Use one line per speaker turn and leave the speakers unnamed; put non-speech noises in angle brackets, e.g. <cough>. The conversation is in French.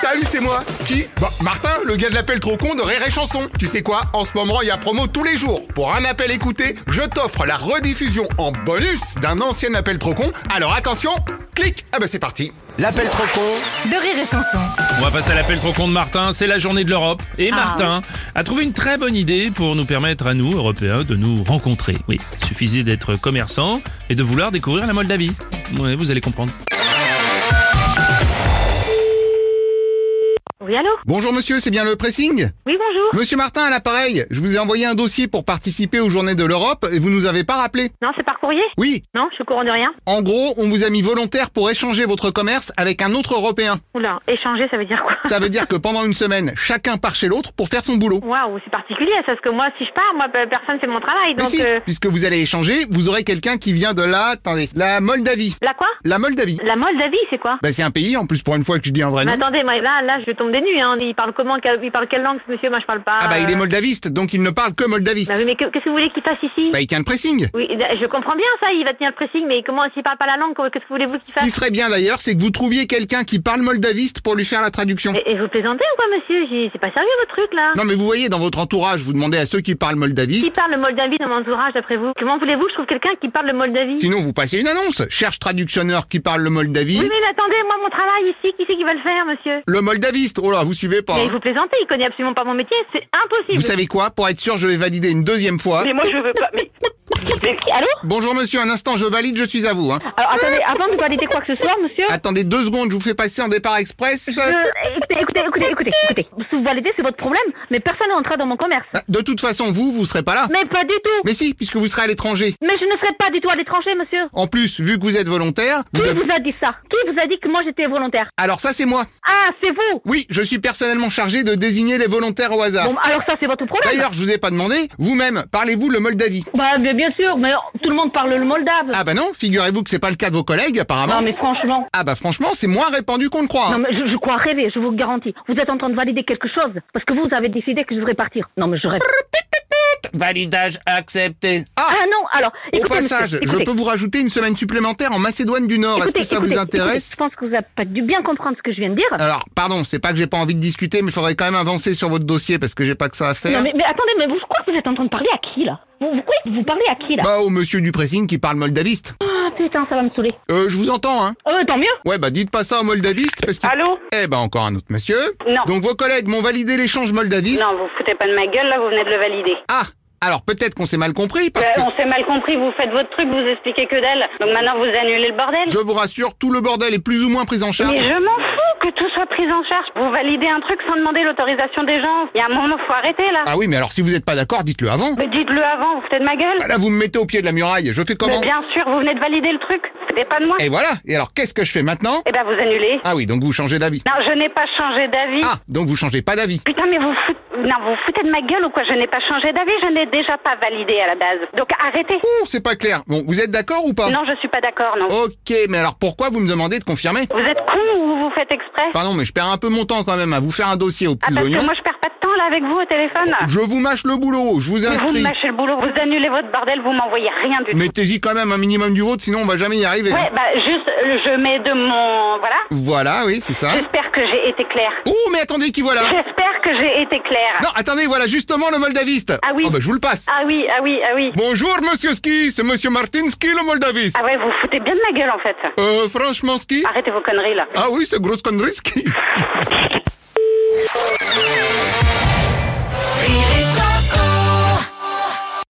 Salut, c'est moi. Qui Bah, Martin, le gars de l'appel trop con de Rire et Chanson. Tu sais quoi En ce moment, il y a promo tous les jours. Pour un appel écouté, je t'offre la rediffusion en bonus d'un ancien appel trop con. Alors attention, clique. Ah bah c'est parti.
L'appel trop con
de rire et chanson.
On va passer à l'appel trop con de Martin, c'est la journée de l'Europe. Et
Ah.
Martin a trouvé une très bonne idée pour nous permettre à nous, Européens, de nous rencontrer. Oui, il suffisait d'être commerçant et de vouloir découvrir la Moldavie. Ouais, vous allez comprendre.
Oui, allô
Bonjour monsieur, c'est bien le pressing
Oui, bonjour.
Monsieur Martin à l'appareil, je vous ai envoyé un dossier pour participer aux journées de l'Europe et vous nous avez pas rappelé.
Non, c'est par courrier
Oui,
Non, je suis au courant de rien.
en gros, on vous a mis volontaire pour échanger votre commerce avec un autre Européen.
Oula, échanger, ça veut dire quoi <laughs>
Ça veut dire que pendant une semaine, chacun part chez l'autre pour faire son boulot.
Waouh, c'est particulier, ça, parce que moi, si je pars, moi, pe- personne, c'est mon travail.
Mais
Donc,
si,
euh,
puisque vous allez échanger, vous aurez quelqu'un qui vient de là, attendez, la Moldavie.
la quoi
La Moldavie.
La Moldavie, c'est quoi
Bah c'est un pays, en plus pour une fois que je dis un vrai
Mais
nom.
attendez, moi, là, là, je tombe des nues, hein. Il parle comment quel- Il parle quelle langue, ce monsieur Moi, je parle pas.
Ah bah il est
euh,
moldaviste, donc il ne parle que moldaviste.
Bah oui, mais que- qu'est-ce que vous voulez qu'il fasse ici
Bah il tient le pressing.
Oui, je comprends bien ça, il va tenir le pressing, mais comment s'il parle pas la langue, comment- qu'est-ce que voulez-vous qu'il
Ce qui
fasse
serait bien d'ailleurs, c'est que vous trouviez quelqu'un qui parle moldaviste pour lui faire la traduction.
et, et vous plaisantez ou quoi, monsieur J'ai- C'est pas sérieux, votre truc, là
Non mais vous voyez, dans votre entourage, vous demandez à ceux qui parlent
Qui
moldaviste.
parle le moldavie dans mon entourage, d'après vous Comment voulez-vous que je trouve quelqu'un qui parle le moldavie
Sinon vous passez une annonce. Cherche traductionneur qui parle le moldavie.
Oui, mais attendez, moi, mon travail ici, qui c'est qui va le faire, monsieur
Le moldaviste. Oh là, vous suivez pas.
Mais
hein.
vous plaisantez, il connaît absolument pas mon métier, c'est impossible.
Vous savez quoi Pour être sûr, je vais valider une deuxième fois.
Mais moi je veux pas.
<laughs>
Mais. mais-
Allô
Bonjour monsieur, un instant, je valide, je suis à vous. hein.
Alors attendez, avant de valider quoi que ce soit, monsieur,
Attendez deux secondes, je vous fais passer en départ express.
je- écoutez, écoutez, écoutez, écoutez, écoutez. Si vous validez, c'est votre problème, mais personne n'est entré dans mon commerce.
Ah, De toute façon, vous, vous serez pas là.
Mais pas du tout. Mais,
Mais si, puisque vous serez à l'étranger.
je ne serai pas du tout à l'étranger, monsieur.
En plus, vu que vous êtes volontaire, vous
Qui <laughs>
devez-
vous a dit ça Qui vous a dit que moi j'étais volontaire
alors ça c'est moi.
Ah, c'est vous
Oui, je suis personnellement chargé de désigner les volontaires au hasard.
Bon, bah, alors ça, c'est votre problème.
Ah. D'ailleurs, je vous ai pas demandé, vous-même, parlez-vous le moldavie
Bah, mais bien sûr, mais tout le monde parle le moldave.
Ah bah non, figurez-vous que c'est pas le cas de vos collègues apparemment.
non, mais franchement.
Ah bah franchement, c'est moins répandu qu'on le croit. hein.
Non, mais je, je crois rêver, je vous le garantis. Vous êtes en train de valider quelque chose parce que vous avez décidé que je devrais partir. Non, mais je rêve.
Validage accepté. Ah,
Ah non, alors,
au
écoutez,
passage,
monsieur,
je
écoutez,
peux vous rajouter une semaine supplémentaire en Macédoine du Nord. Est-ce
écoutez,
que ça
écoutez,
vous
écoutez,
intéresse Euh.
Je pense que vous avez pas dû bien comprendre ce que je viens de dire.
Alors, pardon, c'est pas que j'ai pas envie de discuter, mais il faudrait quand même avancer sur votre dossier parce que j'ai pas que ça à faire.
non, mais, mais attendez, mais vous, je crois que vous êtes en train de parler à qui, là vous, vous croyez que vous parlez à qui, là
Bah, au monsieur du pressing qui parle moldaviste.
Ah, putain, ça va me saouler.
Euh, je vous entends, hein.
Euh, tant mieux.
Ouais, bah, dites pas ça au moldaviste parce que.
Allô
Eh bah, encore un autre monsieur.
Ah. Non.
Donc, vos collègues m'ont validé l'échange moldaviste.
Non, vous vous foutez pas de ma gueule là, vous venez de le valider.
Ah, alors peut-être qu'on s'est mal compris parce
Euh,
que.
On s'est mal compris, vous faites votre truc, vous expliquez que dalle. Donc maintenant vous annulez le bordel.
Je vous rassure, tout le bordel est plus ou moins pris en charge.
Mais je m'en fous que tout soit pris en charge. Vous validez un truc sans demander l'autorisation des gens. Il y a un moment, faut arrêter là.
Ah oui, mais alors si vous êtes pas d'accord, dites-le avant.
Mais dites-le avant, vous foutez de ma gueule.
Bah, là, vous me mettez au pied de la muraille. Je fais
Mais
comment Eh.
bien sûr, vous venez de valider le truc. Vous foutez pas de moi.
Et voilà. Et alors, qu'est-ce que je fais maintenant
Eh ben vous annulez.
Ah oui, donc vous changez d'avis.
Non, je n'ai pas changé d'avis.
Ah, donc vous changez pas d'avis.
Putain, mais vous fout... non, vous foutez de ma gueule ou quoi Je n'ai pas changé d'avis, je n'ai déjà pas validé à la base. Donc arrêtez.
Oh, c'est pas clair. Bon, vous êtes d'accord ou pas
Non, je suis pas d'accord, non.
Ok, mais alors pourquoi vous me demandez de confirmer
Vous êtes con ou vous faites exprès
Pardon, mais je perds un peu mon temps quand même à vous faire un dossier aux
Ah,
petits
parce que
oignons.
moi, je perds pas de temps, là, avec vous au téléphone.
Je vous mâche le boulot, je vous
Mais vous me
inscris.
lâchez le boulot, vous annulez votre bordel, vous m'envoyez rien du tout.
Mettez-y quand même un minimum du vôtre, sinon on va jamais y arriver. hein.
Ouais, bah, juste, euh, je mets de mon... Voilà.
Voilà, oui, c'est ça.
J'espère que j'ai été claire.
Oh, mais attendez, qui voilà
J'espère que j'ai été claire.
Non, attendez, voilà justement le moldaviste.
Ah oui.
Oh, bah, je vous le passe.
Ah oui, ah oui, ah oui.
Bonjour, monsieur Ski, c'est monsieur Martinski, le moldaviste.
Ah ouais, vous foutez bien de ma gueule, en fait. Ah.
Euh, franchement, Ski
Arrêtez vos conneries, là.
Ah oui, c'est grosse connerie, Ski.